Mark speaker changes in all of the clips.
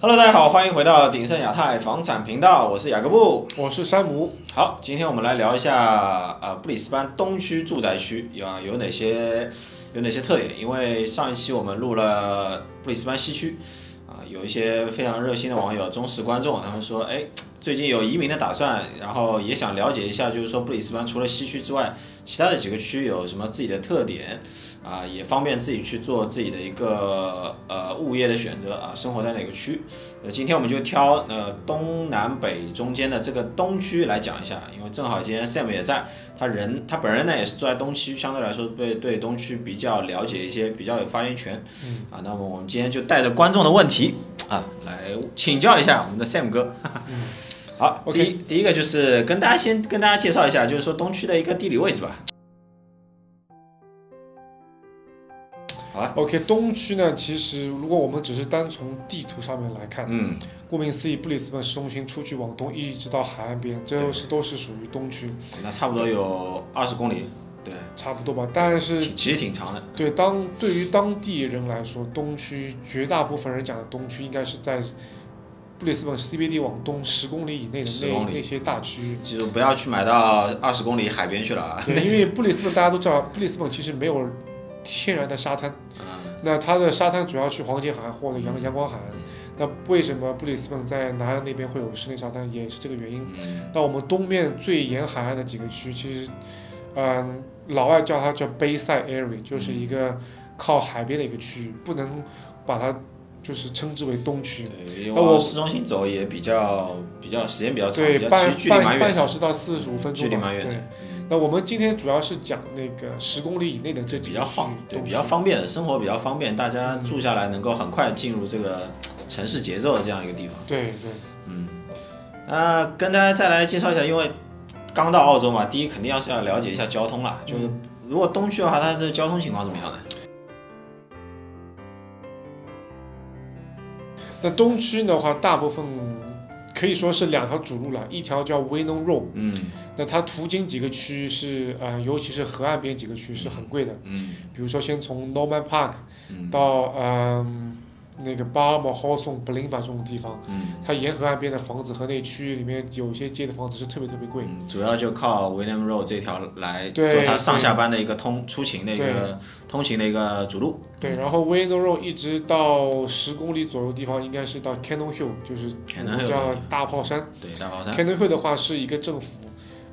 Speaker 1: Hello，大家好，欢迎回到鼎盛亚太房产频道，我是雅各布。
Speaker 2: 我是山姆，
Speaker 1: 好，今天我们来聊一下呃布里斯班东区住宅区有啊有哪些有哪些特点？因为上一期我们录了布里斯班西区啊、有一些非常热心的网友、忠实观众，他们说哎最近有移民的打算，然后也想了解一下，就是说布里斯班除了西区之外，其他的几个区有什么自己的特点啊、也方便自己去做自己的一个呃物业的选择啊、生活在哪个区。呃，今天我们就挑呃东南北中间的这个东区来讲一下，因为正好今天 Sam 也在，他人他本人呢也是住在东区，相对来说对对东区比较了解一些，比较有发言权。嗯、啊，那么我们今天就带着观众的问题啊，来请教一下我们的 Sam 哥。好
Speaker 2: OK
Speaker 1: 第一第一个就是跟大家先跟大家介绍一下，就是说东区的一个地理位置吧。好吧，
Speaker 2: OK，东区呢，其实如果我们只是单从地图上面来看，
Speaker 1: 嗯，
Speaker 2: 顾名思义，布里斯本市中心出去往东一直到海岸边，这都是都是属于东区，
Speaker 1: 那差不多有二十公里，对，
Speaker 2: 差不多吧。但是
Speaker 1: 挺其实挺长的。
Speaker 2: 对当对于当地人来说，东区绝大部分人讲的东区，应该是在布里斯本 CBD 往东十公里以内的
Speaker 1: 10公
Speaker 2: 那
Speaker 1: 里
Speaker 2: 那些大区域。
Speaker 1: 记住不要去买到二十公里海边去了啊。
Speaker 2: 对，因 为布里斯本大家都知道，布里斯本其实没有天然的沙滩。
Speaker 1: 嗯，
Speaker 2: 那它的沙滩主要去黄金海岸或者阳阳光海岸。那为什么布里斯本在南岸那边会有室内沙滩，也是这个原因。
Speaker 1: 嗯
Speaker 2: 那我们东面最沿海岸的几个区，其实，嗯，老外叫它叫 Bayside Area，就是一个靠海边的一个区域，不能把它就是称之为东区。
Speaker 1: 对，
Speaker 2: 那我
Speaker 1: 往市中心走也比较比较时间比较长，
Speaker 2: 对
Speaker 1: 比，较其
Speaker 2: 半
Speaker 1: 实距离蛮
Speaker 2: 半半
Speaker 1: 远，
Speaker 2: 小时到四十五分钟
Speaker 1: 距
Speaker 2: 吧。
Speaker 1: 离蛮远
Speaker 2: 对
Speaker 1: 的，，嗯
Speaker 2: 那我们今天主要是讲那个十公里以内的这
Speaker 1: 比
Speaker 2: 几个
Speaker 1: 较
Speaker 2: 区域
Speaker 1: 方，对，
Speaker 2: 东
Speaker 1: 比较
Speaker 2: 区
Speaker 1: 方便的，生活比较方便，大家住下来能够很快进入这个城市节奏的这样一个地方。
Speaker 2: 对对。
Speaker 1: 嗯，那跟大家再来介绍一下，因为刚到澳洲嘛，第一肯定要是要了解一下交通啦，就是如果东区的话，它这交通情况怎么样呢？
Speaker 2: 那东区的话，大部分可以说是两条主路了，一条叫 Wino Road，
Speaker 1: 嗯
Speaker 2: 那它途经几个区是，呃，尤其是河岸边几个区是很贵的，
Speaker 1: 嗯
Speaker 2: 比如说先从 Norman Park
Speaker 1: 嗯
Speaker 2: 到嗯、那个 Balmoral h o s o n Blimba 这种地方，
Speaker 1: 嗯
Speaker 2: 它沿河岸边的房子和那区域里面有些街的房子是特别特别贵。
Speaker 1: 嗯，主要就靠 William Road 这条来做
Speaker 2: 对
Speaker 1: 他上下班的一个通出勤的一个通勤的一个主路。
Speaker 2: 对，然后 Wino Road 一直到十公里左右的地方，应该是到 Cannon Hill，就是我
Speaker 1: Cannon Hill
Speaker 2: 们
Speaker 1: 这个
Speaker 2: 叫
Speaker 1: 地方
Speaker 2: 大炮山。
Speaker 1: 对，大宝山。
Speaker 2: Cannon Hill 的话是一个政府，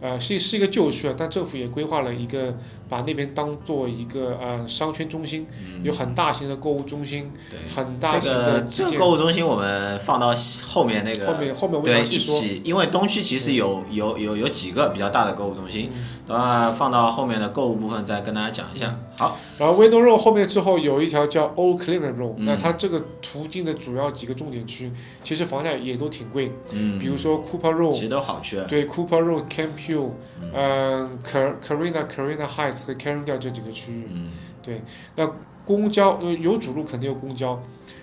Speaker 2: 呃，是是一个旧区啊，但政府也规划了一个把那边当做一个呃商圈中心，有很大型的购物中心，
Speaker 1: 嗯对，
Speaker 2: 很大
Speaker 1: 这
Speaker 2: 型的
Speaker 1: 个
Speaker 2: 基
Speaker 1: 这个
Speaker 2: 建。
Speaker 1: 购物中心我们放到后面那
Speaker 2: 后
Speaker 1: 个。
Speaker 2: 面后面我
Speaker 1: 对，
Speaker 2: 想
Speaker 1: 一
Speaker 2: 细说。
Speaker 1: 起，因为东区其实有有有有几个比较大的购物中心，
Speaker 2: 嗯
Speaker 1: 等下放到后面的购物部分再跟大家讲一下。好，
Speaker 2: 然后 Window Road 后面之后有一条叫 Old Cleveland Road，、
Speaker 1: 嗯
Speaker 2: 那它这个途径的主要几个重点区，其实房价也都挺贵，
Speaker 1: 嗯，
Speaker 2: 比如说 Cooper
Speaker 1: 其
Speaker 2: Road，
Speaker 1: 实都好去，
Speaker 2: 对 Cooper Road、Camp Hill，嗯、呃、，Carina Carina Heights 和 Carindale 这几个区域。
Speaker 1: 嗯，
Speaker 2: 公交呃有主路肯定有公交，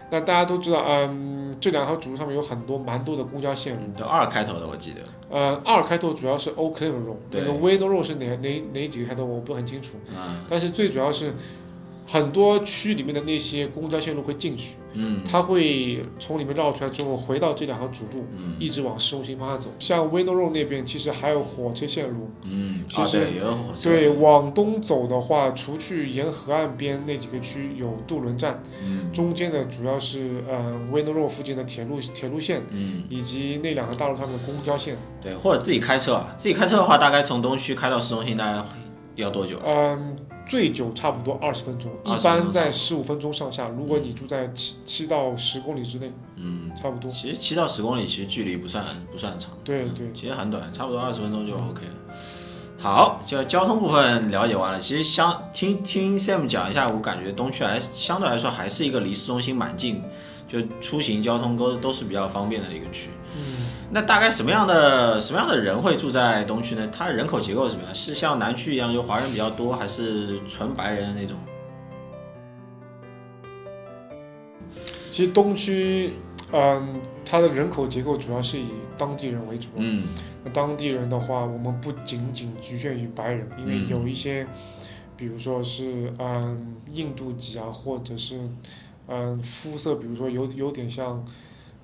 Speaker 2: 那大家都知道，嗯，这两条主路上面有很多蛮多的公交线路。
Speaker 1: 都二开头的我记得，
Speaker 2: 呃，二开头主要是 Oak Cliff Road，
Speaker 1: 对
Speaker 2: 那个 Wayne Road 是哪哪哪几个开头我不很清楚，
Speaker 1: 嗯
Speaker 2: 但是最主要是很多区里面的那些公交线路会进去，
Speaker 1: 嗯
Speaker 2: 它会从里面绕出来之后回到这两条主路，
Speaker 1: 嗯
Speaker 2: 一直往市中心方向走。像 Wayne Road 那边其实还有火车线路，
Speaker 1: 嗯，
Speaker 2: 其
Speaker 1: 哦
Speaker 2: 实
Speaker 1: 对，也有火车，
Speaker 2: 对，往东走的话，除去沿河岸边那几个区有渡轮站。
Speaker 1: 嗯
Speaker 2: 中间的主要是呃威诺洛附近的铁路铁路线，
Speaker 1: 嗯。
Speaker 2: 以及那两个大陆上面的公交线。
Speaker 1: 对，或者自己开车啊，自己开车的话，大概从东区开到市中心，大概要多久？啊
Speaker 2: 嗯，最久差不多二十分钟，
Speaker 1: 20
Speaker 2: 一般在十五分钟上嗯下。如果你住在七七到十公里之内，
Speaker 1: 嗯，
Speaker 2: 差不多。
Speaker 1: 其实七到十公里，其实距离不算不算长，
Speaker 2: 对对，嗯
Speaker 1: 其实很短，差不多二十分钟就 OK 了。好，就交通部分了解完了。其实相听听 Sam 讲一下，我感觉东区还相对来说还是一个离市中心蛮近，就出行交通都都是比较方便的一个区。
Speaker 2: 嗯，
Speaker 1: 那大概什么样的什么样的人会住在东区呢？它人口结构是什么样？是像南区一样就华人比较多，还是纯白人的那种？
Speaker 2: 其实东区，嗯，它的人口结构主要是以当地人为主。
Speaker 1: 嗯，
Speaker 2: 那当地人的话，我们不仅仅局限于白人，因为
Speaker 1: 嗯
Speaker 2: 有一些，比如说是嗯印度籍啊，或者是嗯肤色，比如说有有点像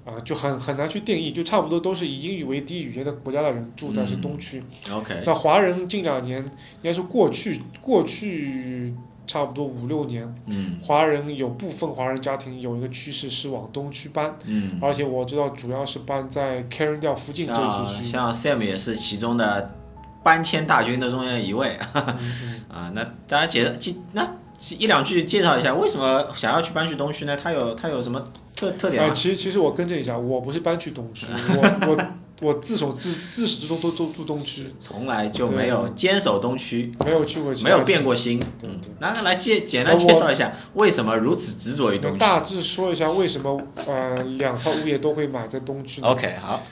Speaker 2: 啊、就很很难去定义，就差不多都是以英语为第一语言的国家的人住在是东区。
Speaker 1: 嗯 OK，
Speaker 2: 那华人近两年，应该是过去过去差不多五六年，
Speaker 1: 嗯
Speaker 2: 华人有部分华人家庭有一个趋势是往东区搬，
Speaker 1: 嗯，
Speaker 2: 而且我知道主要是搬在 Carindale 附近这一
Speaker 1: 像
Speaker 2: 些区。
Speaker 1: 像 Sam 也是其中的搬迁大军的中间一位
Speaker 2: 嗯嗯
Speaker 1: 啊。那大家介介那一两句介绍一下，为什么想要去搬去东区呢？它有它有什么特特点
Speaker 2: 啊，
Speaker 1: 吗？
Speaker 2: 其实其实我更正一下，我不是搬去东区，我我我自首自自始至终都都住东区，
Speaker 1: 从来就没有坚守东区，
Speaker 2: 没有去过其他
Speaker 1: 没
Speaker 2: 区。
Speaker 1: 有变过心。
Speaker 2: 对
Speaker 1: 嗯
Speaker 2: 对，
Speaker 1: 那那来介简单
Speaker 2: 呃
Speaker 1: 介绍一下，为什么如此执着于
Speaker 2: 那
Speaker 1: 东区
Speaker 2: 大致说一下为什么呃两套物业都会买在东区呢
Speaker 1: ？OK，好，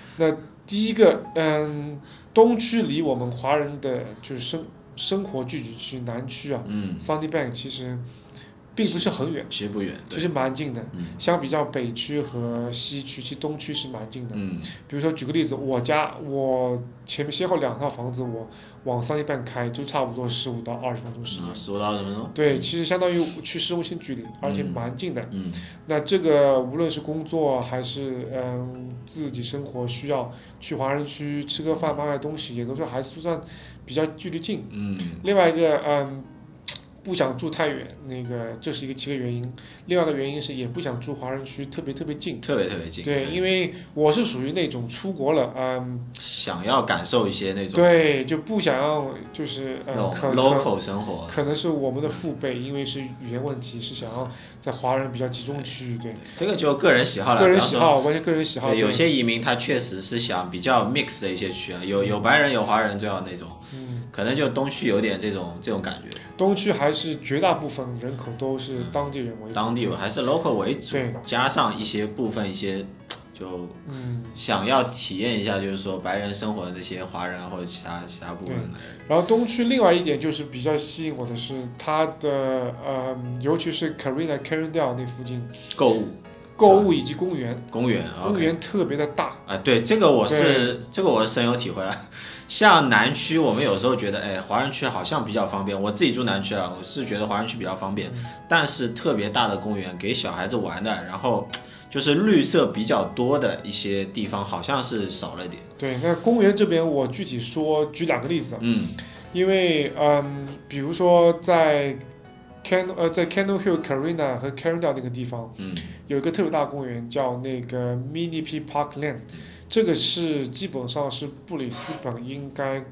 Speaker 2: 第一个，嗯，东区离我们华人的就是生生活聚集区南区啊
Speaker 1: 嗯，
Speaker 2: ，Sunny Bank 其实并不是很远，
Speaker 1: 其实不远，
Speaker 2: 其
Speaker 1: 对，
Speaker 2: 实蛮近的。
Speaker 1: 嗯
Speaker 2: 相比较北区和西区，其实东区是蛮近的。
Speaker 1: 嗯
Speaker 2: 比如说举个例子，我家我前面先后两套房子，我往 Sunny Bank 开就差不多十五到二十分钟时间
Speaker 1: 嗯，。十五到什么钟？
Speaker 2: 对，其实相当于去市中心距离，而且
Speaker 1: 嗯
Speaker 2: 蛮近的。
Speaker 1: 嗯
Speaker 2: 那这个无论是工作还是嗯自己生活需要，去华人区吃个饭买买东西，也都是还算比较距离近。
Speaker 1: 嗯
Speaker 2: 另外一个嗯，不想住太远，那个这是一个其个原因。另外一个原因是也不想住华人区特别特别近。
Speaker 1: 特别特别近，
Speaker 2: 对，因为我是属于那种出国了，嗯，
Speaker 1: 想要感受一些那种
Speaker 2: 对，就不想要就是
Speaker 1: 那
Speaker 2: 嗯，
Speaker 1: 种
Speaker 2: 可能
Speaker 1: local 生活，
Speaker 2: 可能是我们的父辈，因为是语言问题，是想要在华人比较集中区域，对，
Speaker 1: 这个就个人喜好了。
Speaker 2: 个人
Speaker 1: 比方
Speaker 2: 喜
Speaker 1: 说
Speaker 2: 好，完全个人喜好，
Speaker 1: 对，有
Speaker 2: 对
Speaker 1: 些移民他确实是想比较 mix 的一些区啊，有有白人有华人最好那种，
Speaker 2: 嗯。
Speaker 1: 可能就东区有点这种这种感觉，
Speaker 2: 东区还是绝大部分人口都是当地人为主。
Speaker 1: 当地还是 local 为主
Speaker 2: 对，
Speaker 1: 加上一些部分一些就
Speaker 2: 嗯，
Speaker 1: 想要体验一下，就是说白人生活的那些华人啊或者其他其他部分的人，
Speaker 2: 然后东区另外一点就是比较吸引我的是它的呃，尤其是 Carina Carindale 那附近，
Speaker 1: 购物、
Speaker 2: 购物以及公园，
Speaker 1: 公园
Speaker 2: 公
Speaker 1: OK
Speaker 2: 园特别的大。
Speaker 1: 啊，对这个我是这个我是深有体会啊。像南区，我们有时候觉得，哎，华人区好像比较方便。我自己住南区啊，我是觉得华人区比较方便，
Speaker 2: 嗯
Speaker 1: 但是特别大的公园给小孩子玩的，然后就是绿色比较多的一些地方，好像是少了点。
Speaker 2: 对，那公园这边我具体说举两个例子，啊
Speaker 1: 嗯
Speaker 2: 因为嗯，比如说在 Can 呃在 Candle Hill Carina 和 Carindale 那个地方，
Speaker 1: 嗯
Speaker 2: 有一个特别大的公园叫那个 Mini P Park Land，这个是基本上是布里斯本应该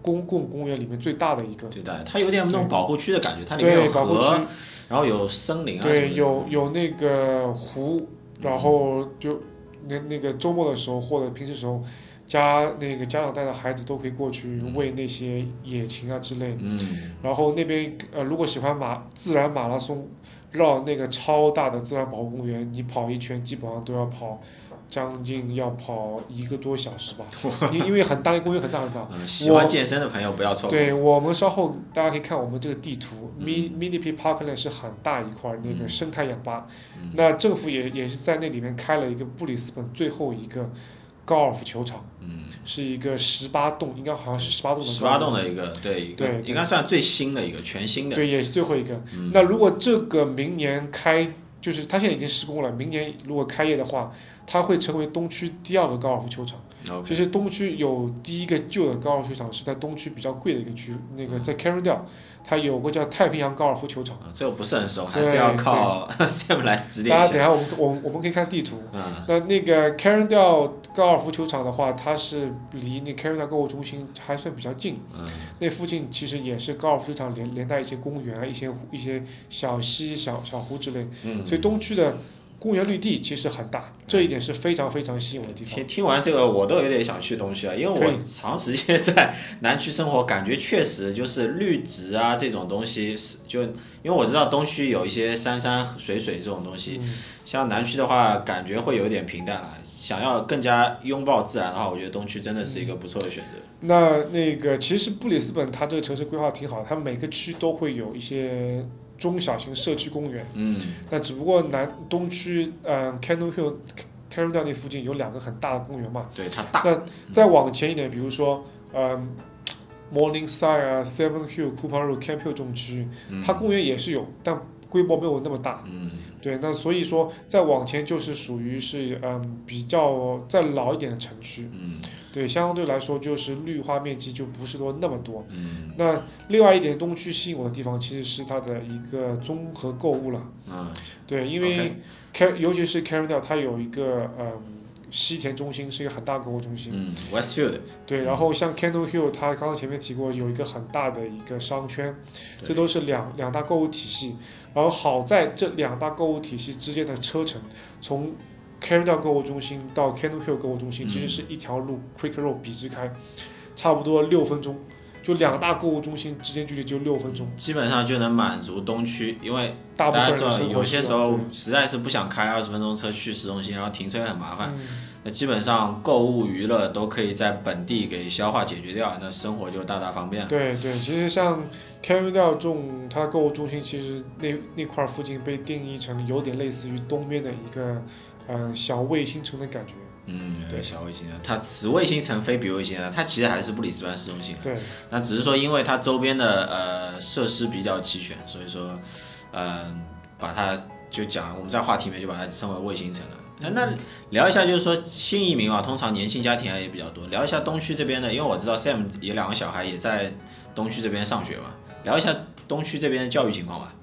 Speaker 2: 公共公园里面最大的一个，
Speaker 1: 对的，它有点那种保护区的感觉，它里面
Speaker 2: 对
Speaker 1: 有
Speaker 2: 保护
Speaker 1: 河，
Speaker 2: 区，
Speaker 1: 然后有森林啊什么的。
Speaker 2: 对有有那个湖，然后就那那个周末的时候或者平时时候，家那个家长带着孩子都可以过去
Speaker 1: 嗯
Speaker 2: 喂那些野禽啊之类的，
Speaker 1: 嗯
Speaker 2: 然后那边呃如果喜欢马自然马拉松，绕那个超大的自然保护公园，你跑一圈基本上都要跑将近要跑一个多小 时吧，因因为很大，公园很大很大。
Speaker 1: 嗯，喜欢健身的朋友不要错过。
Speaker 2: 对我们稍后大家可以看我们这个地图
Speaker 1: 嗯
Speaker 2: ，Mini Mini P Parkland 是很大一块那个
Speaker 1: 嗯
Speaker 2: 生态氧吧，
Speaker 1: 嗯
Speaker 2: 那政府也也是在那里面开了一个布里斯本最后一个高尔夫球场，
Speaker 1: 嗯，
Speaker 2: 是一个十八洞，应该好像是十八洞的高尔夫
Speaker 1: 十八洞的一个，对一个
Speaker 2: 对对
Speaker 1: 应该算最新的一个全新的。
Speaker 2: 对，也是最后一个。
Speaker 1: 嗯
Speaker 2: 那如果这个明年开，就是它现在已经施工了，明年如果开业的话，它会成为东区第二个高尔夫球场。其
Speaker 1: OK，
Speaker 2: 实东区有第一个旧的高尔夫球场是在东区比较贵的一个区，那
Speaker 1: 嗯
Speaker 2: 个在 Carindale，它有个叫太平洋高尔夫球场。
Speaker 1: 啊这个不是很熟，还是要靠 Sam 来指点
Speaker 2: 大
Speaker 1: 一
Speaker 2: 家等
Speaker 1: 下。
Speaker 2: 一下我们我们我们可以看地图。
Speaker 1: 嗯
Speaker 2: 那那个 Carindale 高尔夫球场的话，它是离那 Carindale 购物中心还算比较近。
Speaker 1: 嗯
Speaker 2: 那附近其实也是高尔夫球场连连带一些公园啊，一些湖一些小溪、小小湖之类。
Speaker 1: 嗯，
Speaker 2: 所以东区的公园绿地其实很大，这一点是非常非常吸引我的地方。
Speaker 1: 听听完这个，我都有点想去东区啊，因为
Speaker 2: 可
Speaker 1: 我
Speaker 2: 以
Speaker 1: 长时间在南区生活，感觉确实就是绿植啊这种东西是就，因为我知道东区有一些山山水水这种东西，
Speaker 2: 嗯，
Speaker 1: 像南区的话，感觉会有点平淡了。想要更加拥抱自然的话，我觉得东区真的是一个不错的选择。
Speaker 2: 那那个其实布里斯本它这个城市规划挺好，它每个区都会有一些中小型社区公园。
Speaker 1: 嗯
Speaker 2: 那只不过南东区，嗯、c a n d l e Hill、Carindale 那附近有两个很大的公园嘛。
Speaker 1: 对，它大。
Speaker 2: 那再往前一点，比如说，嗯、m o r n i n g s i d e 啊、Seven Hill、Cooper Road、Camp Hill 这种区域，
Speaker 1: 嗯
Speaker 2: 它公园也是有，但规模没有那么大。
Speaker 1: 嗯
Speaker 2: 对，那所以说再往前就是属于是嗯比较再老一点的城区，
Speaker 1: 嗯
Speaker 2: 对，相对来说就是绿化面积就不是说那么多。
Speaker 1: 嗯
Speaker 2: 那另外一点，东区吸引我的地方其实是它的一个综合购物了，
Speaker 1: 嗯
Speaker 2: 对，因为 Car 尤其是 Carindale 它有一个嗯西田中心是一个很大购物中心，
Speaker 1: 嗯，Westfield，
Speaker 2: 对，然后像 Candle Hill 它刚刚前面提过有一个很大的一个商圈，
Speaker 1: 对
Speaker 2: 这都是两两大购物体系。然后好在这两大购物体系之间的车程，从 Carindale 购物中心到 Candle Hill 购物中心，
Speaker 1: 嗯
Speaker 2: 其实是一条路、Quick Road 笔直开，差不多六分钟，就两大购物中心之间距离就六分钟，
Speaker 1: 基本上就能满足东区，因为
Speaker 2: 大部
Speaker 1: 家
Speaker 2: 分
Speaker 1: 知
Speaker 2: 人
Speaker 1: 道
Speaker 2: 生活
Speaker 1: 有些
Speaker 2: 需
Speaker 1: 时
Speaker 2: 要
Speaker 1: 候
Speaker 2: 对
Speaker 1: 实在是不想开二十分钟车去市中心，然后停车也很麻烦。
Speaker 2: 嗯
Speaker 1: 那基本上购物娱乐都可以在本地给消化解决掉，那生活就大大方便了。
Speaker 2: 对对，其实像 Carindale 这种它的购物中心，其实那那块儿附近被定义成有点类似于东边的一个呃小卫星城的感觉。
Speaker 1: 嗯，
Speaker 2: 对
Speaker 1: 小卫星的，它此卫星城非彼卫星的，啊它其实还是布里斯班市中心的。
Speaker 2: 对
Speaker 1: 那只是说，因为它周边的呃设施比较齐全，所以说，呃，把它就讲我们在话题里面就把它称为卫星城了。那那聊一下，就是说新移民啊，通常年轻家庭啊也比较多。聊一下东区这边的，因为我知道 Sam 也两个小孩也在东区这边上学嘛，聊一下东区这边的教育情况吧。